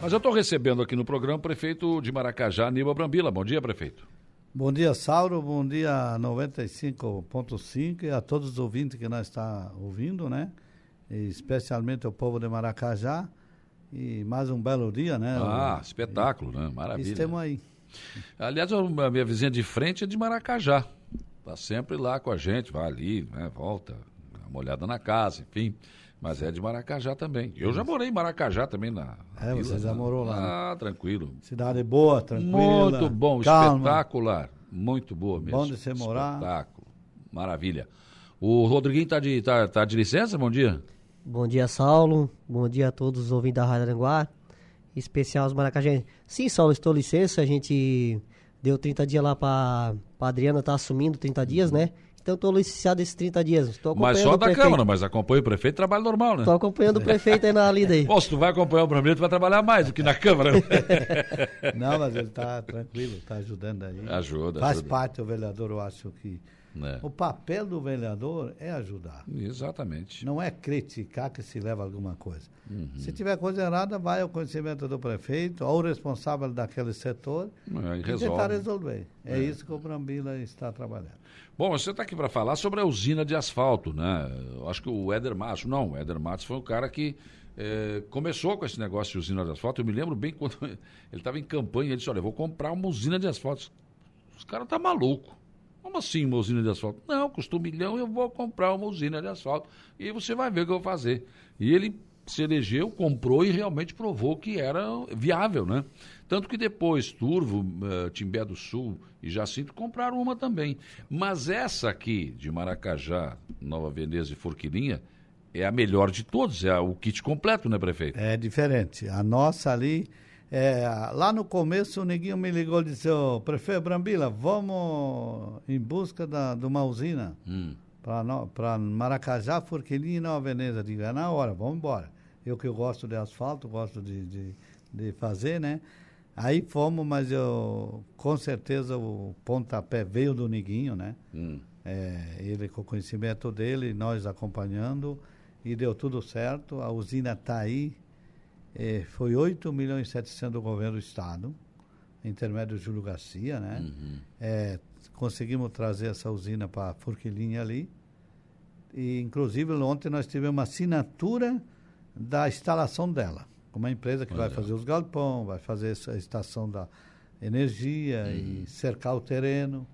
Mas eu estou recebendo aqui no programa o prefeito de Maracajá, Aníbal Brambila. Bom dia, prefeito. Bom dia, Sauro. Bom dia 95.5 e a todos os ouvintes que nós está ouvindo, né? E especialmente o povo de Maracajá. E mais um belo dia, um- né? Ah, espetáculo, né? Maravilha. Estamos aí. Aliás, a minha vizinha de frente é de Maracajá. Está sempre lá com a gente, vai ali, né? volta, dá uma olhada na casa, enfim. Mas é de Maracajá também. Eu já morei em Maracajá também na. É, na você já né? morou lá. Ah, tranquilo. Cidade boa, tranquila. Muito bom, calma. espetacular. Muito boa mesmo. Bom de você morar. Espetáculo. Maravilha. O Rodriguinho tá de, tá, tá de licença? Bom dia. Bom dia, Saulo. Bom dia a todos os ouvintes da Rádio Aranguá, em especial os maracajenses. Sim, Saulo, estou licença, a gente deu 30 dias lá para Adriana, tá assumindo 30 dias, né? Então estou licenciado esses 30 dias. Estou acompanhando Mas só o da prefeito. Câmara, mas acompanha o prefeito, trabalho normal, né? Estou acompanhando o prefeito aí na lida aí. Pô, se tu vai acompanhar o Brambila, tu vai trabalhar mais do que na Câmara. né? Não, mas ele está tranquilo, está ajudando aí. Ajuda, Faz ajuda. parte do vereador, eu acho que. Né? O papel do vereador é ajudar. Exatamente. Não é criticar que se leva alguma coisa. Uhum. Se tiver coisa errada, vai ao conhecimento do prefeito ou responsável daquele setor É, e e tentar resolve. resolver. É, isso que o Brambila está trabalhando. Bom, você está aqui para falar sobre a usina de asfalto, né? Eu acho que o Éder Matos, não, o Éder Matos foi o cara que eh, começou com esse negócio de usina de asfalto. Eu me lembro bem quando ele estava em campanha, ele disse, olha, eu vou comprar uma usina de asfalto. Os caras tá maluco. Como assim uma usina de asfalto? Não, custa um milhão, eu vou comprar uma usina de asfalto. E você vai ver o que eu vou fazer. E ele se elegeu, comprou e realmente provou que era viável, né? Tanto que depois Turvo, eh, Timbé do Sul e Jacinto compraram uma também. Mas essa aqui, de Maracajá, Nova Veneza e Forquilinha, é a melhor de todos, é a- o kit completo, né, prefeito? É diferente. A nossa ali, é, lá no começo, o Neguinho me ligou e disse: "Ô, Prefeito Brambila, vamos em busca da, de uma usina para Maracajá, Forquilinha e Nova Veneza. Eu Digo, é na hora, vamos embora. Eu que gosto de asfalto, gosto de, de, de fazer, né? Aí fomos, mas eu, com certeza o pontapé veio do Neguinho, né? Hum. É, ele com o conhecimento dele, nós acompanhando, e deu tudo certo. A usina está aí. É, foi 8 milhões e 700 do governo do Estado, intermédio do Júlio Garcia, né? Uhum. É, conseguimos trazer essa usina para Forquilinha ali. E, inclusive, ontem nós tivemos uma assinatura da instalação dela. Uma empresa que vai fazer os galpão, vai fazer essa- a estação da energia Uhum. e cercar o terreno.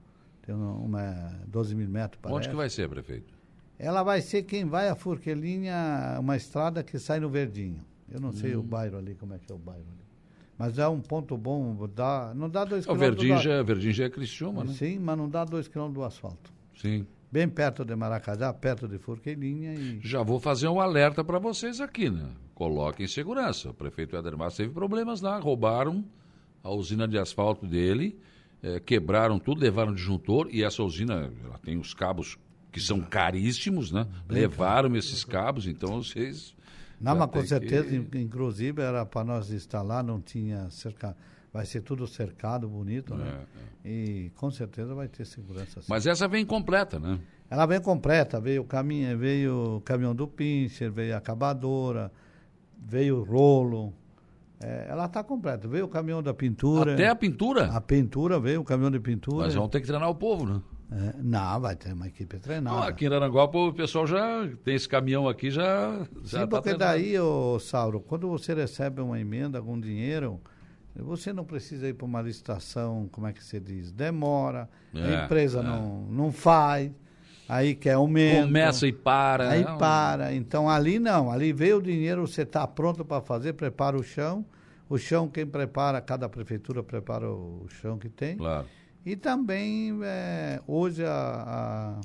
Tem uma, uma 12 mil metros, parece. Onde que vai ser, prefeito? Ela vai ser quem vai a Forquelinha, uma estrada que sai no Verdinho. Eu não Hum. sei o bairro ali, como é que é o bairro ali. Mas é um ponto bom, dá, não dá dois É O quilômetros. Verdinho do- já, Verdinho já é Criciúma, né? Sim, mas não dá dois quilômetros do asfalto. Sim. Bem perto de Maracajá, perto de Forquelinha e... Já vou fazer um alerta para vocês aqui, né? Coloquem segurança. O prefeito Éder Matos teve problemas lá, roubaram a usina de asfalto dele, eh, quebraram tudo, levaram disjuntor e essa usina ela tem os cabos que são caríssimos, né? Levaram esses cabos, então vocês Não, já mas com tem certeza, que- in- inclusive, era para nós instalar, não tinha cercado. Vai ser tudo cercado, bonito, né? É, E com certeza vai ter segurança. sim. Mas essa vem completa, né? Ela vem completa, veio o caminho, veio o caminhão do pincher, veio a acabadora, veio o rolo. É, ela está completa. Veio o caminhão da pintura. Até a pintura. a pintura veio o caminhão de pintura. Mas vão ter que treinar o povo, né? É, não, vai ter uma equipe treinada. Não, aqui em Aranguá, pô, o pessoal já tem esse caminhão aqui, já já Sim, tá porque treinado. daí, ô, Sauro, quando você recebe uma emenda, algum dinheiro, você não precisa ir para uma licitação, como é que se diz? Demora, É, a empresa Não, não faz, aí quer aumento. começa e para. Aí né? para. Então ali não, ali veio o dinheiro, você está pronto para fazer, prepara o chão. O chão quem prepara, cada prefeitura prepara o chão que tem. Claro. E também eh, hoje a, a-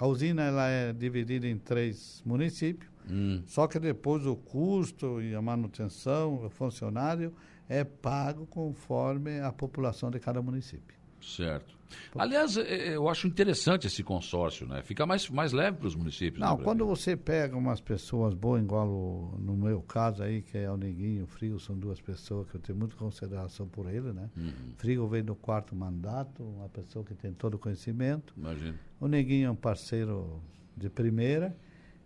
a usina ela é dividida em três municípios. Hum. Só que depois o custo e a manutenção, o funcionário é pago conforme a população de cada município. Certo. Aliás, eh, eu acho interessante esse consórcio, né? Fica mais, mais leve para os municípios. Não, né, quando você pega umas pessoas boas, igual o- no meu caso aí, que é o Neguinho, o Frigo, são duas pessoas que eu tenho muita consideração por ele, né? Uhum. Frigo vem do quarto mandato, uma pessoa que tem todo o conhecimento. prefeito? Imagina. O Neguinho é um parceiro de primeira.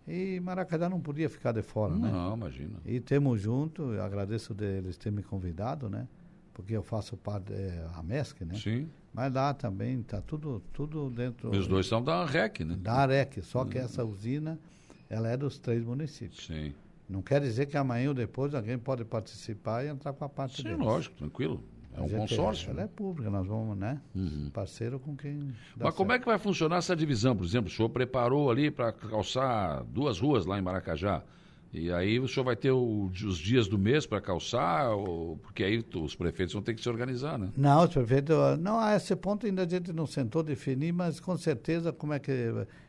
E Maracajá não podia ficar de fora, né? Não, imagina. E temos junto, eu agradeço deles terem me convidado, né? Porque eu faço parte da MESC, né? Sim. Mas lá também está tudo, tudo dentro Os dois são da REC, né? da AREC, só que essa usina, ela é dos três municípios. Sim. Não quer dizer que amanhã ou depois alguém pode participar e entrar com a parte Sim, deles. lógico, tranquilo. É um Mas que consórcio. Uhum. Ela é pública, nós vamos, né? Parceiro com quem dá Mas como é certo. que vai funcionar essa divisão? Por exemplo, o senhor preparou ali para calçar duas ruas lá em Maracajá. E aí o senhor vai ter o- os dias do mês para calçar, ou- porque aí tu- os prefeitos vão ter que se organizar, né? Não, prefeito, não, a esse ponto ainda a gente não sentou a definir, mas com certeza, como é que.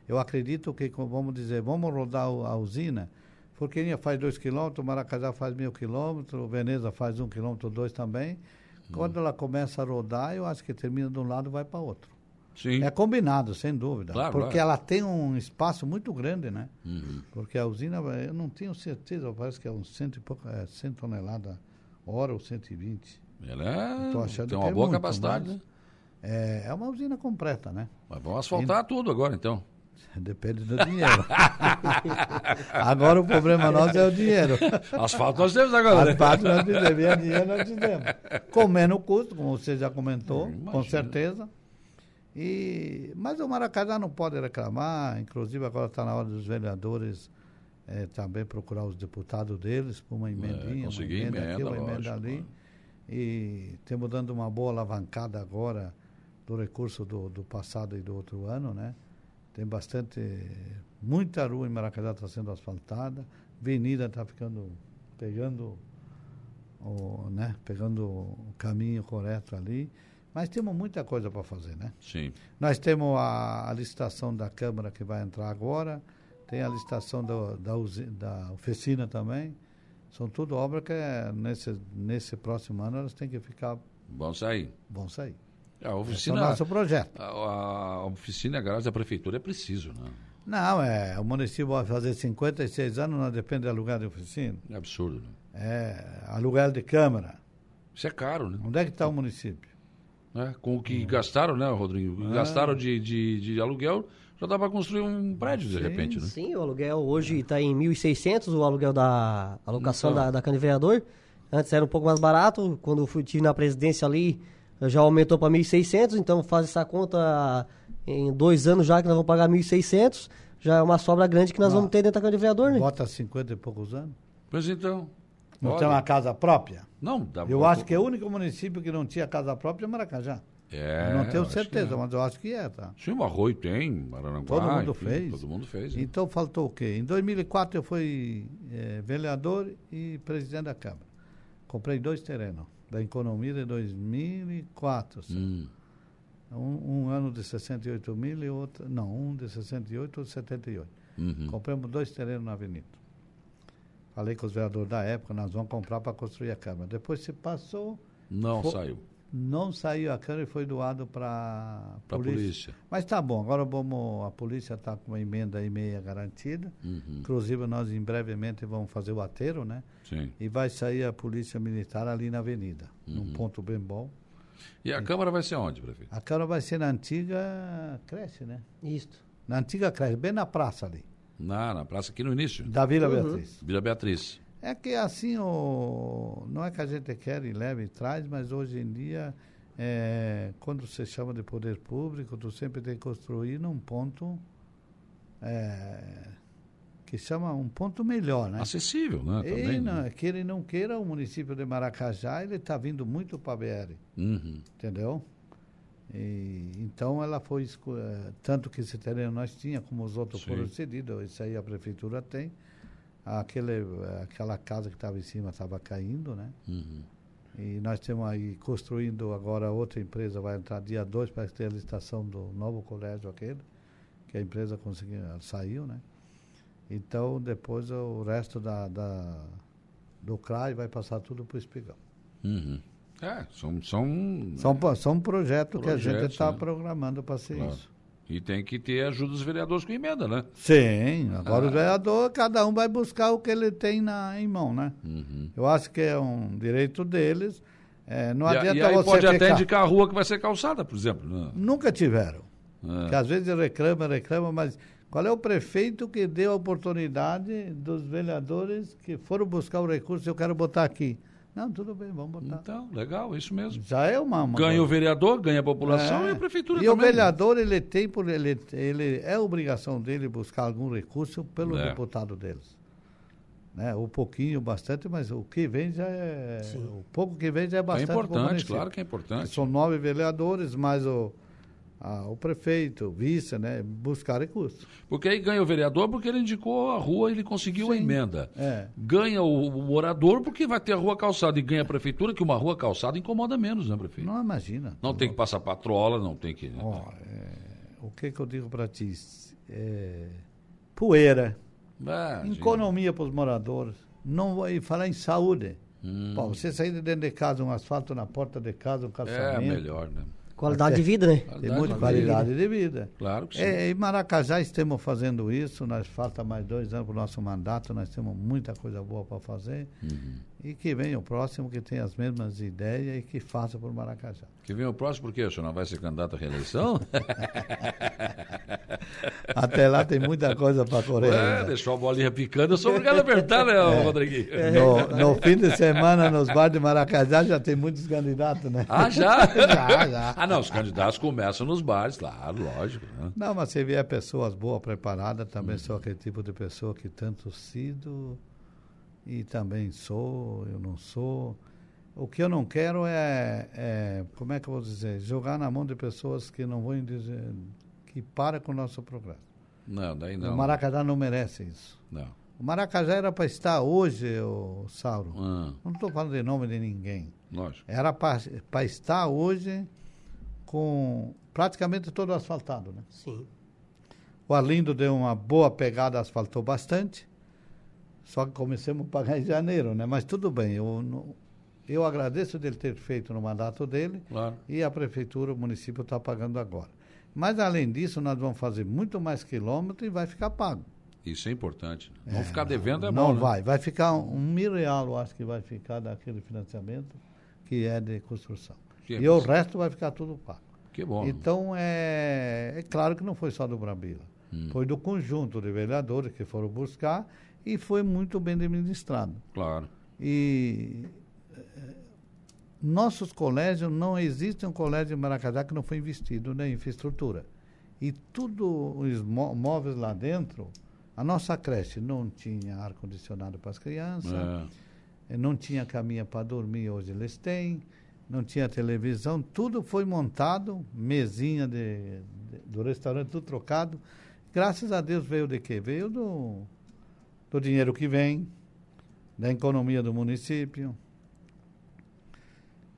Eu acredito que, como vamos dizer, vamos rodar o- a usina. Forquilinha faz dois quilômetros, Maracajá faz mil quilômetros, Veneza faz um quilômetro, dois também. Hum. Quando ela começa a rodar, eu acho que termina de um lado e vai para outro. Sim. É combinado, sem dúvida. Claro, porque claro. Uhum. ela tem um espaço muito grande, né? Porque a usina, eu não tenho certeza, parece que é uns cento e pouco, é, 100 toneladas hora ou 120. Ela é- Tô achando tem que uma é boa muito, capacidade, mas- né? É, é uma usina completa, né? Mas vão asfaltar tudo agora, então. Depende do dinheiro. Agora o problema nosso é o dinheiro. Asfalto nós temos agora. As né? partes nós fizemos, e a dinheiro nós fizemos. Com menos custo, como você já comentou, Hum, imagina. com certeza. E, mas o Maracajá não pode reclamar, inclusive agora está na hora dos vereadores eh, também procurar os deputados deles por uma emendinha, uma É, conseguir emenda, aqui, emenda, uma emenda lógico, ali. claro. E estamos dando uma boa alavancada agora do recurso do, do passado e do outro ano, né? Tem bastante, muita rua em Maracajá está sendo asfaltada, avenida está ficando, pegando o, né, pegando o caminho correto ali. Mas temos muita coisa para fazer, né? Sim. Nós temos a, a licitação da Câmara que vai entrar agora, tem a licitação do- da, usi- da oficina também. São tudo obras que eh, nesse, nesse próximo ano elas têm que ficar Vão sair. vão sair. A Esse é o oficina, nosso projeto. a, a oficina e a garagem da prefeitura é preciso, né? Não, é, o município vai fazer 56 anos, não depende de alugar de oficina, É absurdo, né? é aluguel de Câmara. Isso é caro, né? Onde é que está o município? né? Com o que Hum. gastaram, né, Rodrigo? Ah. O que Gastaram de, de, de aluguel, já dá para construir um prédio de repente, né? Sim, o aluguel hoje está em 1.600, o aluguel da alocação Então. da, da Câmara de Vereador. Antes era um pouco mais barato, quando eu fui, tive na presidência ali, eh, já aumentou para 1.600, então faz essa conta em dois anos já que nós vamos pagar 1.600, já é uma sobra grande que nós vamos ter dentro da Câmara de Vereador, né? Bota 50 e poucos anos. Pois então. Não olha, tem uma casa própria? não, dá Eu acho que é o único município que não tinha casa própria é Maracajá. É, eu não eu tenho acho certeza, mas eu acho que é, tá? que- Sim, o Arroio tem, Aranaguá. Todo mundo enfim, fez. Todo mundo fez. né? Então faltou o quê? Em 2004 eu fui eh, vereador e presidente da Câmara. Comprei dois terrenos da economia em 2004. senhor. Hum, Um, um ano de 68 mil e outro. Não, um de 68 ou 78. uhum. Compramos dois terrenos na avenida. Falei com os vereadores da época, nós vamos comprar para construir a Câmara. Depois se passou, Não Fo- saiu. não saiu a Câmara e foi doado para Pra polícia. Mas tá bom, agora vamos, a polícia está com uma emenda e meia garantida. Uhum, Inclusive, nós em brevemente vamos fazer o ateiro, né? Sim. E vai sair a polícia militar ali na avenida, num ponto bem bom. E a Câmara vai ser onde, prefeito? A Câmara vai ser na antiga creche, né? Isto. Na antiga creche, bem na praça ali, Na, na praça aqui no início. da Vila Beatriz. Vila Beatriz. É que assim, o... não é que a gente quer e leva e traz, mas hoje em dia, é, quando se chama de poder público, tu sempre tem que construir num ponto é, que chama um ponto melhor, né? Acessível, né? E Também. né? não, que ele não queira, o município de Maracajá, ele está vindo muito para a BR, Uhum. entendeu? E, então ela foi, esco- eh, tanto que esse terreno nós tinha, como os outros Sim. foram cedidos, isso aí a prefeitura tem. Aquele, eh, aquela casa que estava em cima estava caindo, né? Uhum. E nós temos aí construindo agora outra empresa, vai entrar dia 2, parece que tem a licitação do novo colégio aquele, que a empresa conseguiu, saiu, né? Então depois o resto da, da- do CRAI vai passar tudo para o Espigão. Uhum. É, são. são... São, po- são um projeto que a gente Né? Projetos, está né? programando para ser Claro. isso. E tem que ter ajuda dos vereadores com emenda, né? Sim, agora Ah. o vereador, cada um vai buscar o que ele tem na, em mão, né? Uhum. Eu acho que é um direito deles. eh, não e, a- adianta e aí você pode ficar... até indicar a rua que vai ser calçada, por exemplo. né? Nunca tiveram. É. Que às vezes reclama, reclama, mas Qual é o prefeito que deu a oportunidade dos vereadores que foram buscar o recurso? Eu quero botar aqui. Não, tudo bem, vamos botar. Então, legal, isso mesmo. Já é uma. uma Ganha o vereador, ganha a população e a prefeitura E o também. vereador, ele tem por. Ele, ele, é obrigação dele buscar algum recurso pelo É. deputado deles. Né? O pouquinho, bastante, mas o que vem já é. O pouco que vem já é É bastante. pro importante, município. claro que é importante. São nove vereadores, mais o, a- o prefeito, o vice, né? Buscar recurso. Porque aí ganha o vereador porque ele indicou a rua e ele conseguiu a emenda. É. Ganha o, o morador porque vai ter a rua calçada e ganha a prefeitura, que uma rua calçada incomoda menos, né, prefeito? Não, Não imagina. tem que passar patrola, não tem que. né? Ó, é, o que, que eu digo para ti? É, poeira, Ah, gente. economia para os moradores. Não vou e falar em saúde. Pô, você sair de dentro de casa, um asfalto na porta de casa, um Hum. é calçamento. melhor, né? Qualidade de vida, né? Tem muita de qualidade de vida. Claro que sim. É, em Maracajá estamos fazendo isso, nós falta mais dois anos para o nosso mandato, nós temos muita coisa boa para fazer. E que venha o próximo que tenha as mesmas ideias e que faça por Maracajá. Que vem o próximo, por quê? O senhor não vai ser candidato à reeleição? Até lá tem muita coisa para correr. é, ainda. deixou a bolinha picando, eu sou obrigado a apertar, né, É. Rodriguinho? No, no fim de semana, nos bares de Maracajá, já tem muitos candidatos, né? Ah, já? Já, já. Ah, não, os candidatos começam nos bares, claro, lógico. Né? Não, mas se vier pessoas boas, preparadas, também sou aquele tipo de pessoa que tanto sido e também sou, eu não sou. O que eu não quero é, é, como é que eu vou dizer, jogar na mão de pessoas que não vão dizer, que para com o nosso progresso. Não, daí O não. Maracajá não merece isso. Não. O Maracajá era para estar hoje, o Sauro. Ah, Não estou falando de nome de ninguém. lógico. Era para estar hoje com praticamente todo asfaltado, né? Sim. O Arlindo deu uma boa pegada, asfaltou bastante. Só que começamos a pagar em janeiro, né? Mas tudo bem, eu, não- eu agradeço dele ter feito no mandato dele Claro. e a prefeitura, o município está pagando agora. Mas além disso, nós vamos fazer muito mais quilômetro e vai ficar pago. Isso é importante. Não ficar devendo é não bom. né? vai, vai ficar um, um mil real, eu acho que vai ficar daquele financiamento que é de construção. Que e o absurdo. resto vai ficar tudo pago. Que bom. né? Então, é, é claro que não foi só do Brambila. Hum. Foi do conjunto de vereadores que foram buscar e foi muito bem administrado. Claro. E eh, nossos colégios, não existe um colégio em Maracajá que não foi investido na infraestrutura. E tudo, os mó- móveis lá dentro, a nossa creche não tinha ar-condicionado para as crianças, É. eh, não tinha caminha para dormir, hoje eles têm, não tinha televisão, tudo foi montado, mesinha de, de- do restaurante, tudo trocado. Graças a Deus veio de quê? Veio do, do dinheiro que vem, da economia do município.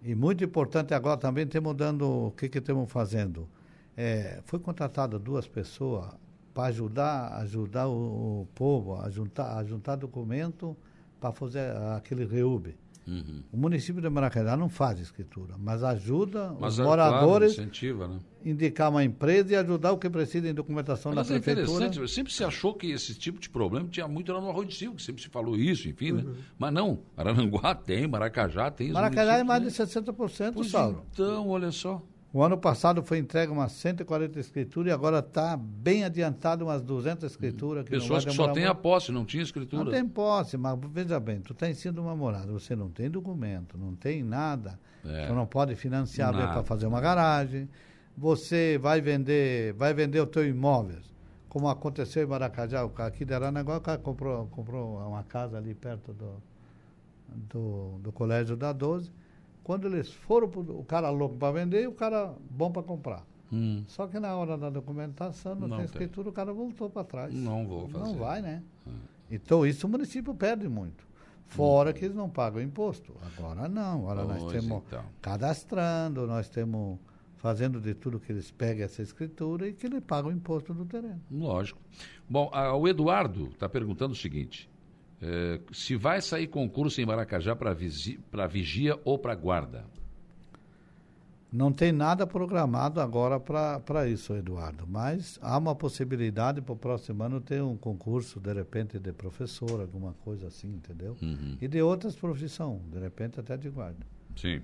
E muito importante agora também estamos dando, o que que estamos fazendo? Eh, foi contratada duas pessoas para ajudar, ajudar o, o povo a juntar, a juntar documento para fazer aquele reúbe. Uhum. O município de Maracajá não faz escritura, mas ajuda Mas os é, moradores claro, incentiva, né? a indicar uma empresa e ajudar o que precisa em documentação Mas da é Então, prefeitura. interessante, sempre se achou que esse tipo de problema tinha muito lá no Arroio de Silva, que sempre se falou isso, enfim, né? Mas não, Arananguá tem, Maracajá tem. os Maracajá é mais de municípios, né? 60%, Pois Sauro. Então, olha só. O ano passado foi entregue umas 140 escrituras e agora está bem adiantado umas 200 escrituras. Que Hum. Pessoas que não vai só demorar têm a muito. posse, não tinha escritura. Não tem posse, mas veja bem, tu está em cima de uma morada, você não tem documento, não tem nada, É. tu não pode financiar Nada. para fazer uma garagem, você vai vender, vai vender o teu imóvel, como aconteceu em Maracajá, o cara aqui de Aranaguá, o cara comprou, comprou uma casa ali perto do, do, do colégio da 12, quando eles foram, pro, o cara louco para vender e o cara bom para comprar. Hum, Só que na hora da documentação, não, Não tem tem. escritura, o cara voltou para trás. Não vou fazer. É. Não vai, né? Então, isso o município perde muito. Fora que eles não pagam imposto. Agora não. Agora nós Pois temos então. cadastrando, nós temos fazendo de tudo que eles peguem essa escritura e que eles pagam o imposto do terreno. lógico. Bom, a- o Eduardo está perguntando o seguinte: eh, se vai sair concurso em Maracajá para vigia ou para guarda? Não tem nada programado agora para isso, Eduardo, mas há uma possibilidade para o próximo ano ter um concurso, de repente, de professor, alguma coisa assim, entendeu? E de outras profissões, de repente até de guarda. Sim.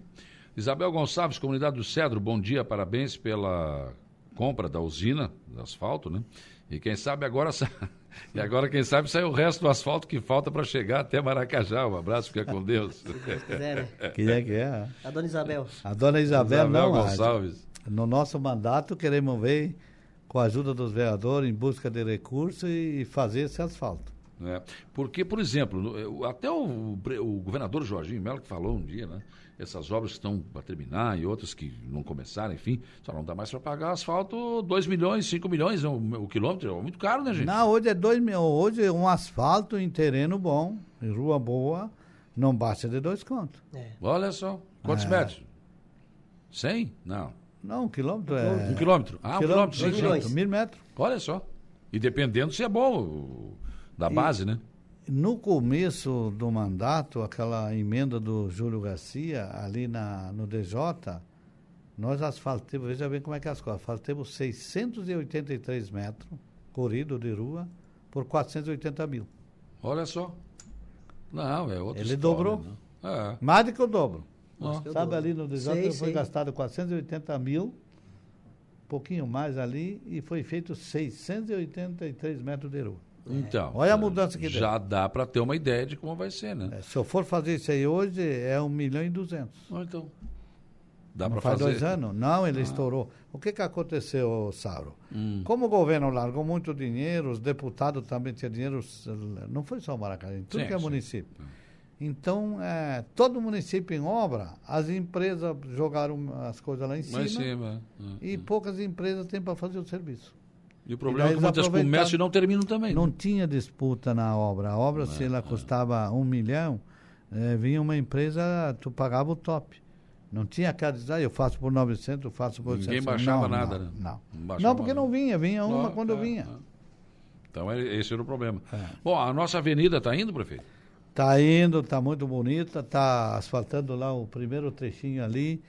Isabel Gonçalves, comunidade do Cedro, bom dia, parabéns pela compra da usina, do asfalto, né? E quem sabe agora sa... e agora quem sabe sai o resto do asfalto que falta para chegar até Maracajá. Um abraço, fica com Deus. Se quiser, né? Quem é que é? A dona Isabel. A dona Isabel, Isabel Tá não, a- Gonçalves. No nosso mandato, queremos ver, com a ajuda dos vereadores, em busca de recursos e fazer esse asfalto. né? Porque, por exemplo, no- eu- até o, pre- o governador Jorginho Melo que falou um dia, né? Essas obras que estão para terminar e outras que não começaram, enfim, só não dá mais para pagar asfalto 2 milhões, 5 milhões né, o, o quilômetro, é muito caro, né, gente? Não, hoje é dois mil, hoje é um asfalto em terreno bom, em rua boa, não basta de dois contos. É. Olha só, É. quantos metros? 100? Não. Não, um quilômetro é... Um quilômetro. Ah, um quilômetro, sim, dois sim. milhões. mil metros. Olha só. E dependendo se é bom o- da base, né? No começo do mandato, aquela emenda do Júlio Garcia, ali na, no DJ, nós asfaltamos, veja bem como é que é as coisas, asfaltamos 683 metros, corrido de rua, por 480 mil. Olha só. Não, é outra Ele história, dobrou. É. né? É. Mais do que o dobro. Ó. Eu Sabe dou. ali no Sei, DJ foi sei. gastado 480 mil, pouquinho mais ali, e foi feito 683 metros de rua. Então. Olha a é, mudança que deu. Já dá para ter uma ideia de como vai ser, né? É, se eu for fazer isso aí hoje, é 1 milhão e 200. Ou então. Dá Não para faz fazer. Ah. dois anos? Não, ele estourou. O que, que aconteceu, Sauro? Hum. Como o governo largou muito dinheiro, os deputados também tinham dinheiro, s- não foi só o Maracanã, em tudo Sim, Ah. que é sim. município. Então, eh, todo município em obra, as empresas jogaram as coisas lá em cima Mas sim, mas, é. e poucas empresas têm para fazer o serviço. E o problema é que daí eles muitas aproveitaram- começam e não terminam também. né? Não tinha disputa na obra. A obra, se Ah. ela custava um milhão, eh, vinha uma empresa, tu pagava o top. Não tinha aquela de, ah, eu faço por 900, eu faço por Ninguém 800. baixava não, nada, não, né? Não, Não não, baixava porque nada. não vinha, vinha uma Ó, quando é, vinha. É. é. Então é- esse era o problema. Bom, a nossa avenida está indo, prefeito? Tá indo, tá muito bonita, tá asfaltando lá o primeiro trechinho ali.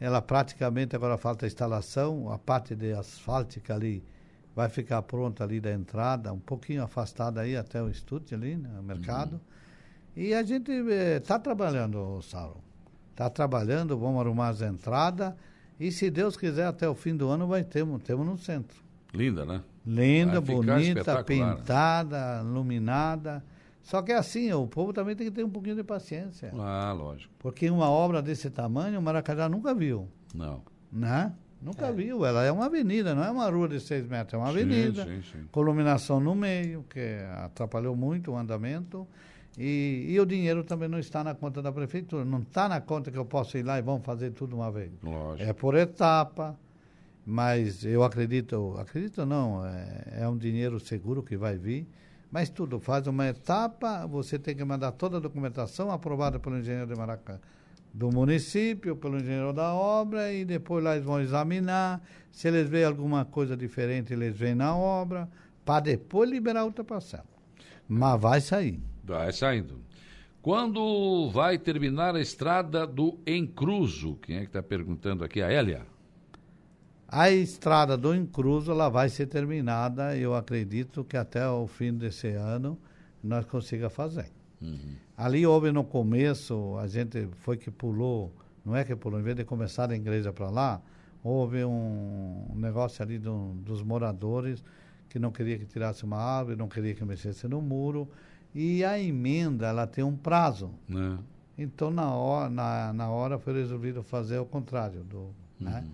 Ela praticamente agora falta a instalação, a parte de asfáltica ali vai ficar pronta ali da entrada, um pouquinho afastada aí até o estúdio ali, né, o mercado. E a gente está trabalhando, Saulo. Está trabalhando, vamos arrumar as entradas. E se Deus quiser, até o fim do ano vai ter, temos no centro. Linda, né? Linda, Vai ficar bonita, espetacular. né? pintada, iluminada. Só que é assim, o povo também tem que ter um pouquinho de paciência. Ah, lógico. Porque uma obra desse tamanho, o Maracajá nunca viu, Não. né? Nunca viu. Ela é uma avenida, não é uma rua de seis metros, é uma Sim, avenida. sim, sim. Com iluminação no meio, que atrapalhou muito o andamento. E, e o dinheiro também não está na conta da prefeitura. Não está na conta que eu posso ir lá e vamos fazer tudo uma vez. Lógico. É por etapa, mas eu acredito, acredito não, é, é um dinheiro seguro que vai vir, mas tudo, faz uma etapa, você tem que mandar toda a documentação aprovada pelo engenheiro de Maracanã, do município, pelo engenheiro da obra, e depois lá eles vão examinar, se eles veem alguma coisa diferente, eles veem na obra, para depois liberar outra parcela. Mas vai sair. Vai saindo. Quando vai terminar a estrada do Encruzo? Quem é que está perguntando aqui? A Hélia? A estrada do Encruzo ela vai ser terminada, eu acredito que até o fim desse ano nós consiga fazer. Uhum. Ali houve no começo, a gente foi que pulou, não é que pulou, em vez de começar da igreja para lá, houve um negócio ali do- dos moradores que não queria que tirasse uma árvore, não queria que mexesse no muro, e a emenda ela tem um prazo. Né? Então na hora, na, na hora foi resolvido fazer o contrário do, né? Uhum.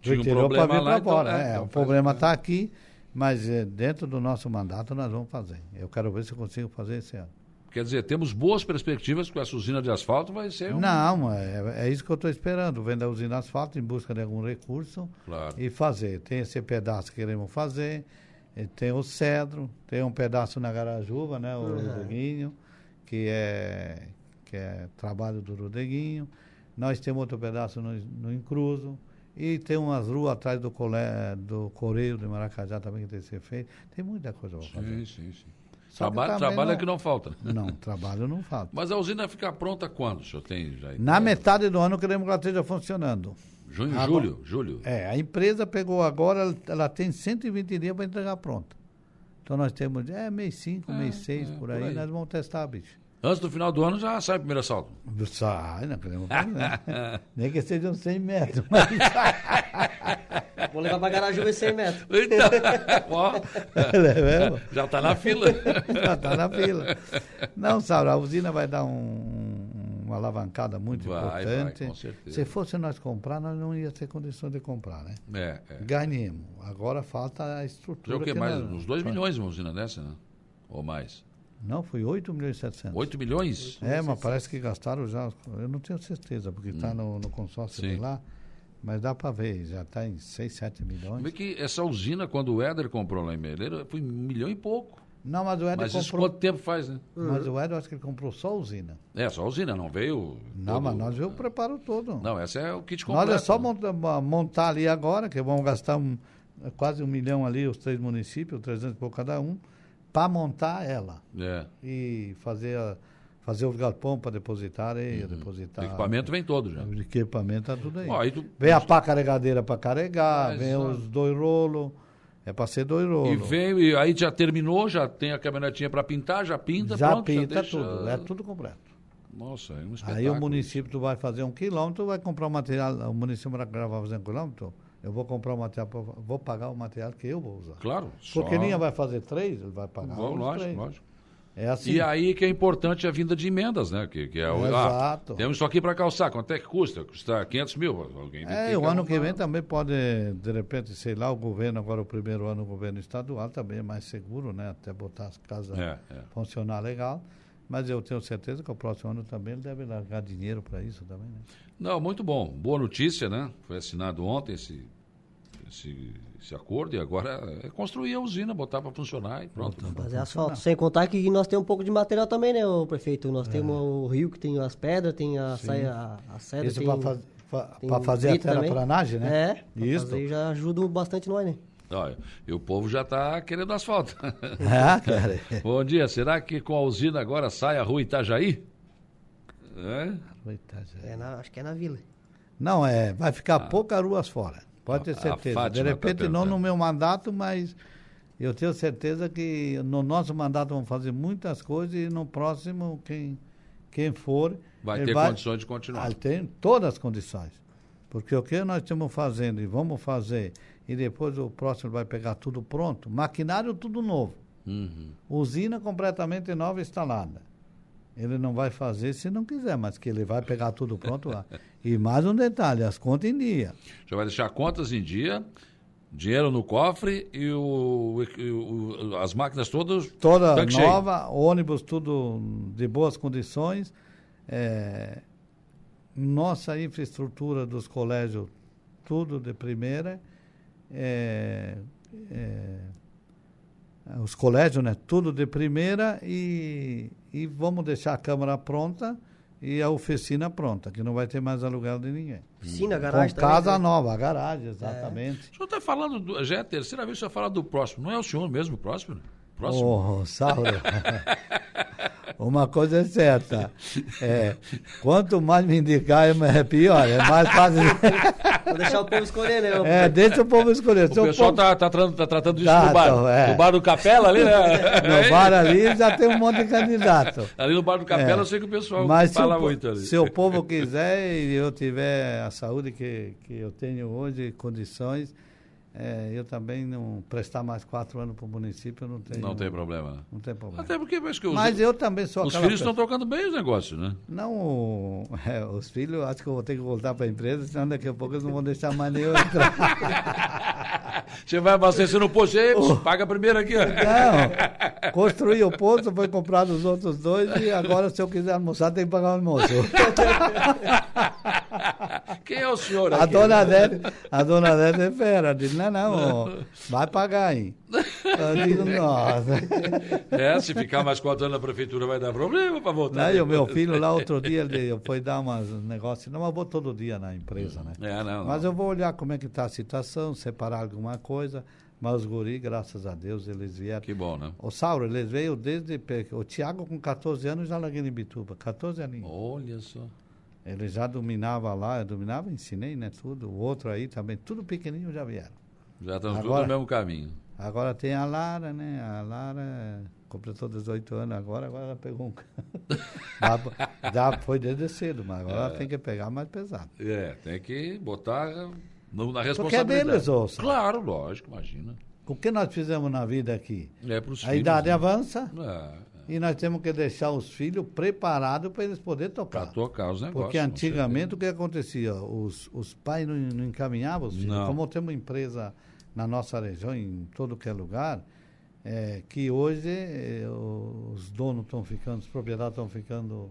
Tinha um Retirou pra problema vir lá, pra então, fora, é, é, então o faz- problema está aqui, mas eh, dentro do nosso mandato nós vamos fazer. Eu quero ver se eu consigo fazer esse ano. Quer dizer, temos boas perspectivas com essa usina de asfalto, vai ser um... Não, é, é isso que eu estou esperando. Vender a usina asfalto em busca de algum recurso Claro. e fazer. Tem esse pedaço que queremos fazer, eh, tem o cedro, tem um pedaço na Garajuva, né? O Uhum. Rodeguinho, que é, que é trabalho do Rodeguinho. Nós temos outro pedaço no, no Incruzo. E tem umas ruas atrás do, cole, do Coreio de Maracajá também que tem que ser feito. Tem muita coisa para Sim, fazer. sim, sim. Só que Trabalho, também trabalho é que não falta. Não, trabalho não falta. Mas a usina fica pronta quando, o senhor tem já? Na ideia? metade do ano queremos que ela esteja funcionando. Junho, Ah, julho, julho. É, a empresa pegou agora, ela- ela tem 120 dias para entregar pronta. Então nós temos, é, mês 5, mês 6, é, por, por aí, aí. nós vamos testar, bicho. Antes do final do ano já sai o primeiro assalto. né? Sai, não queremos fazer. Nem que sejam 100 metros. mas- Vou levar pra garagem ver 100 metros. Então, ó, É mesmo? já tá na fila. Já tá na fila. Não, Saura, a usina vai dar um- uma alavancada muito Vai, vai, importante. com certeza. Se fosse nós comprar, nós não ia ter condição de comprar, né? É, é. Ganhemos. Agora falta a estrutura. Foi o que mais? nós- Uns 2 milhões uma usina dessa, né? Ou mais? Não, foi 8 milhões e 700. 8 milhões? É, mas parece que gastaram já. os- Eu não tenho certeza, porque está no, no consórcio Hum. Sim. de lá. Mas dá para ver, já está em 6, 7 milhões. Vê é que essa usina, quando o Éder comprou lá em Meleiro, foi um milhão e pouco. Não, mas o Ed Mas isso comprou. quanto tempo faz, né? Mas o Ed, eu acho que ele comprou só a usina. É, só a usina, não veio. Não, todo- é. mas nós vimos o preparo todo. Não, essa é o kit completo. Nós é só né? monta- montar, ali agora, que vão gastar um- quase um milhão ali, os três municípios, 300 por cada um, para montar ela É. e fazer, a- fazer os galpões para depositar areia, O depositar. Uhum. equipamento vem todo já. O equipamento tá tudo Tá. aí. Ó, aí tu- Vem a pá carregadeira para carregar, Mas, vem ó. os dois rolos. É para ser dois E rolos. veio, e aí já terminou, já tem a caminhonetinha para pintar, já pinta, Já pronto, pinta já deixa... tudo, é tudo completo. Nossa, é um espetáculo. Aí o município tu vai fazer um quilômetro, vai comprar o material, o município vai gravar fazer um quilômetro, eu vou comprar o material, pra- vou pagar o material que eu vou usar. Claro, só... Porque ninguém vai fazer três, ele vai pagar Bom, os lógico, três. lógico. É assim. E aí que é importante a vinda de emendas, né? Que, que é o, Exato. Ah, temos isso aqui para calçar. Quanto é que custa? Custa 500 mil. Alguém tem é, o ano que arrumar. vem também pode, de repente, sei lá, o governo, agora o primeiro ano, o governo estadual também é mais seguro, né? Até botar as casas É, é. funcionar legal. Mas eu tenho certeza que o próximo ano também ele deve largar dinheiro para isso também, né? Não, muito bom. Boa notícia, né? Foi assinado ontem esse, esse, esse acordo e agora é construir a usina, botar para funcionar e pronto. Fazer asfalto. Sem contar que nós temos um pouco de material também, né, ô prefeito? É. Nós temos o rio que tem as pedras, tem a, saia, a, a cedra. isso tem- um- para faz, fa- tem pra o fazer a grito também. terraplanagem, né? É, pra Isso. fazer já ajuda bastante nós, né? Olha, e o povo já está querendo asfalto. É, cara. bom dia. Será que com a usina agora sai a rua Itajaí? É? Coitado, é. É na- acho que é na vila. Não, é, vai ficar poucas ruas fora. Ah. Pode A- ter a certeza. De Fátima tá repente, não perguntando. no meu mandato, mas eu tenho certeza que no nosso mandato vão fazer muitas coisas e no próximo, quem, quem for. Vai ele ter condições de continuar. Ah, tem todas as condições. Porque o que nós estamos fazendo e vamos fazer, e depois o próximo vai pegar tudo pronto, maquinário tudo novo. Uhum. Usina completamente nova instalada. Ele não vai fazer se não quiser, mas que ele vai pegar tudo pronto lá. E mais um detalhe, as contas em dia. Já vai deixar contas em dia, dinheiro no cofre e, o, e o- as máquinas todas. Toda tanque cheio. nova, ônibus tudo de boas condições. É, nossa infraestrutura dos colégios, tudo de primeira. É, é, os colégios, né? Tudo de primeira e, e vamos deixar a câmara pronta e a oficina pronta, que não vai ter mais aluguel de ninguém. Piscina, Com garagem também, casa né? nova, garagem, exatamente. O senhor está falando, do, já é a terceira vez que o senhor fala do próximo. Não é o senhor mesmo, o próximo? Próximo? Ô, Sauro, uma coisa é certa. É, quanto mais me indicar, é mais- é pior. É mais fácil. Vou deixar o povo escolher, né? ô É, deixa o povo escolher. Se O pessoal povo- tá, tá, tratando, tá tratando disso Tá, no bar. então, é. No bar do Capela ali, né? No é, bar ali já tem um monte de candidato. ali no bar do Capela É. eu sei que o pessoal Mas se fala o, po- muito ali. se o povo quiser e eu tiver a saúde que, que eu tenho hoje, condições, é, eu também não prestar mais quatro anos para o município, eu não tenho. Não tem problema. né? Não tem problema. Até porque eu acho que os, É. Mas eu também sou os aquela filhos estão tocando bem os negócios, né? Não, o- é, os filhos, acho que eu vou ter que voltar para a empresa, senão daqui a pouco eles não vão deixar mais nem eu entrar. Você vai abastecer no posto, e, paga primeiro aqui, ó. Não, construí o posto, foi comprado os outros dois e agora se eu quiser almoçar tem que pagar o almoço. Quem é o senhor A aqui? dona Adélia, a dona Adélia é fera, diz, não, não, ó, vai pagar, hein. Eu digo, nossa. É, se ficar mais quatro anos na prefeitura vai dar problema para voltar. Não, Né, e o meu depois. filho lá outro dia, ele foi dar umas negócios, não, mas vou todo dia na empresa, né. É, não. Mas não. eu vou olhar como é que está a situação, separar alguma coisa. Mas os guri, graças a Deus, eles vieram. Que bom, né? O Sauro, eles veio desde. pe- O Tiago, com 14 anos, já larguei em Bituba. 14 aninhos. Olha só. Ele já dominava lá, eu dominava, ensinei, né? Tudo. O outro aí também, tudo pequenininho já vieram. Já estamos Agora- todos no mesmo caminho. Agora tem a Lara, né? A Lara completou 18 anos agora, agora ela pegou um. carro. já foi desde cedo, mas agora ela tem que pegar mais pesado. É, tem que botar No- Na Porque é responsabilidade. deles, ouça. Claro, lógico, imagina. O que nós fizemos na vida aqui? É pros A idade né? avança É, e nós temos que deixar os filhos preparados para eles poderem pra tocar. tocar os negócios. Porque com antigamente o que acontecia? Os, os pais não, não encaminhavam os filhos. Não. Como temos empresa na nossa região, em todo que é lugar, é, que hoje eh, o- os donos estão ficando, os proprietários estão ficando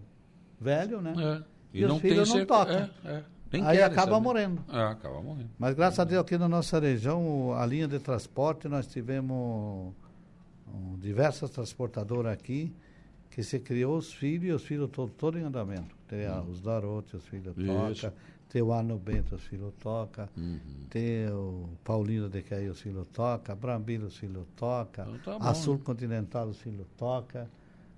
velhos, né? certeza. É. E, E os não tem filhos não cer- tocam. É, é. Nem Aí querem acaba saber. morrendo. É, acaba morrendo. Mas graças a Deus aqui na nossa região, o- a linha de transporte, nós tivemos um, diversas transportadoras aqui que se criou os filhos e os filhos todos todo em andamento. Tem a- os Darote, os filhos Uhum. Isso. toca, tem o Arno Bento, os filhos toca, Uhum. tem o Paulino de Caí, os filhos toca, Brambila, os filhos toca, Então tá bom, a Sul né? Continental, os filhos toca,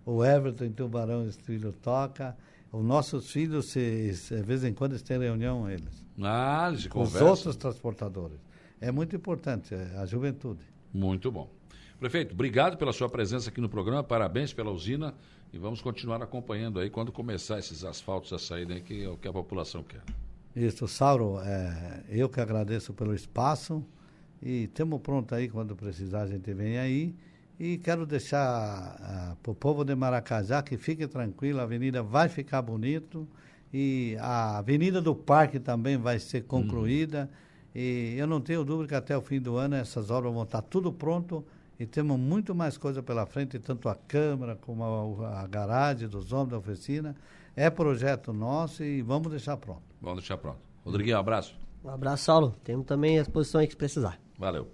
o Everton em Tubarão, os filhos toca. Os nossos filhos, se, se- de vez em quando, eles têm reunião, eles Ah, eles com os conversam. outros transportadores. É muito importante é, a juventude. Muito bom. Prefeito, obrigado pela sua presença aqui no programa, parabéns pela usina e vamos continuar acompanhando aí quando começar esses asfaltos a saírem, aí, que é o que a população quer. Isso, Sauro, é, eu que agradeço pelo espaço e estamos pronto aí quando precisar a gente vem aí. E quero deixar para o povo de Maracajá que fique tranquilo, a avenida vai ficar bonito e a avenida do parque também vai ser concluída. E eu não tenho dúvida que até o fim do ano essas obras vão estar tudo pronto e temos muito mais coisa pela frente, tanto a Câmara como a, a garagem dos homens da oficina. É projeto nosso e vamos deixar pronto. Vamos deixar pronto. Rodriguinho, um abraço. Um abraço, Saulo. Temos também a exposição aí que se precisar. Valeu.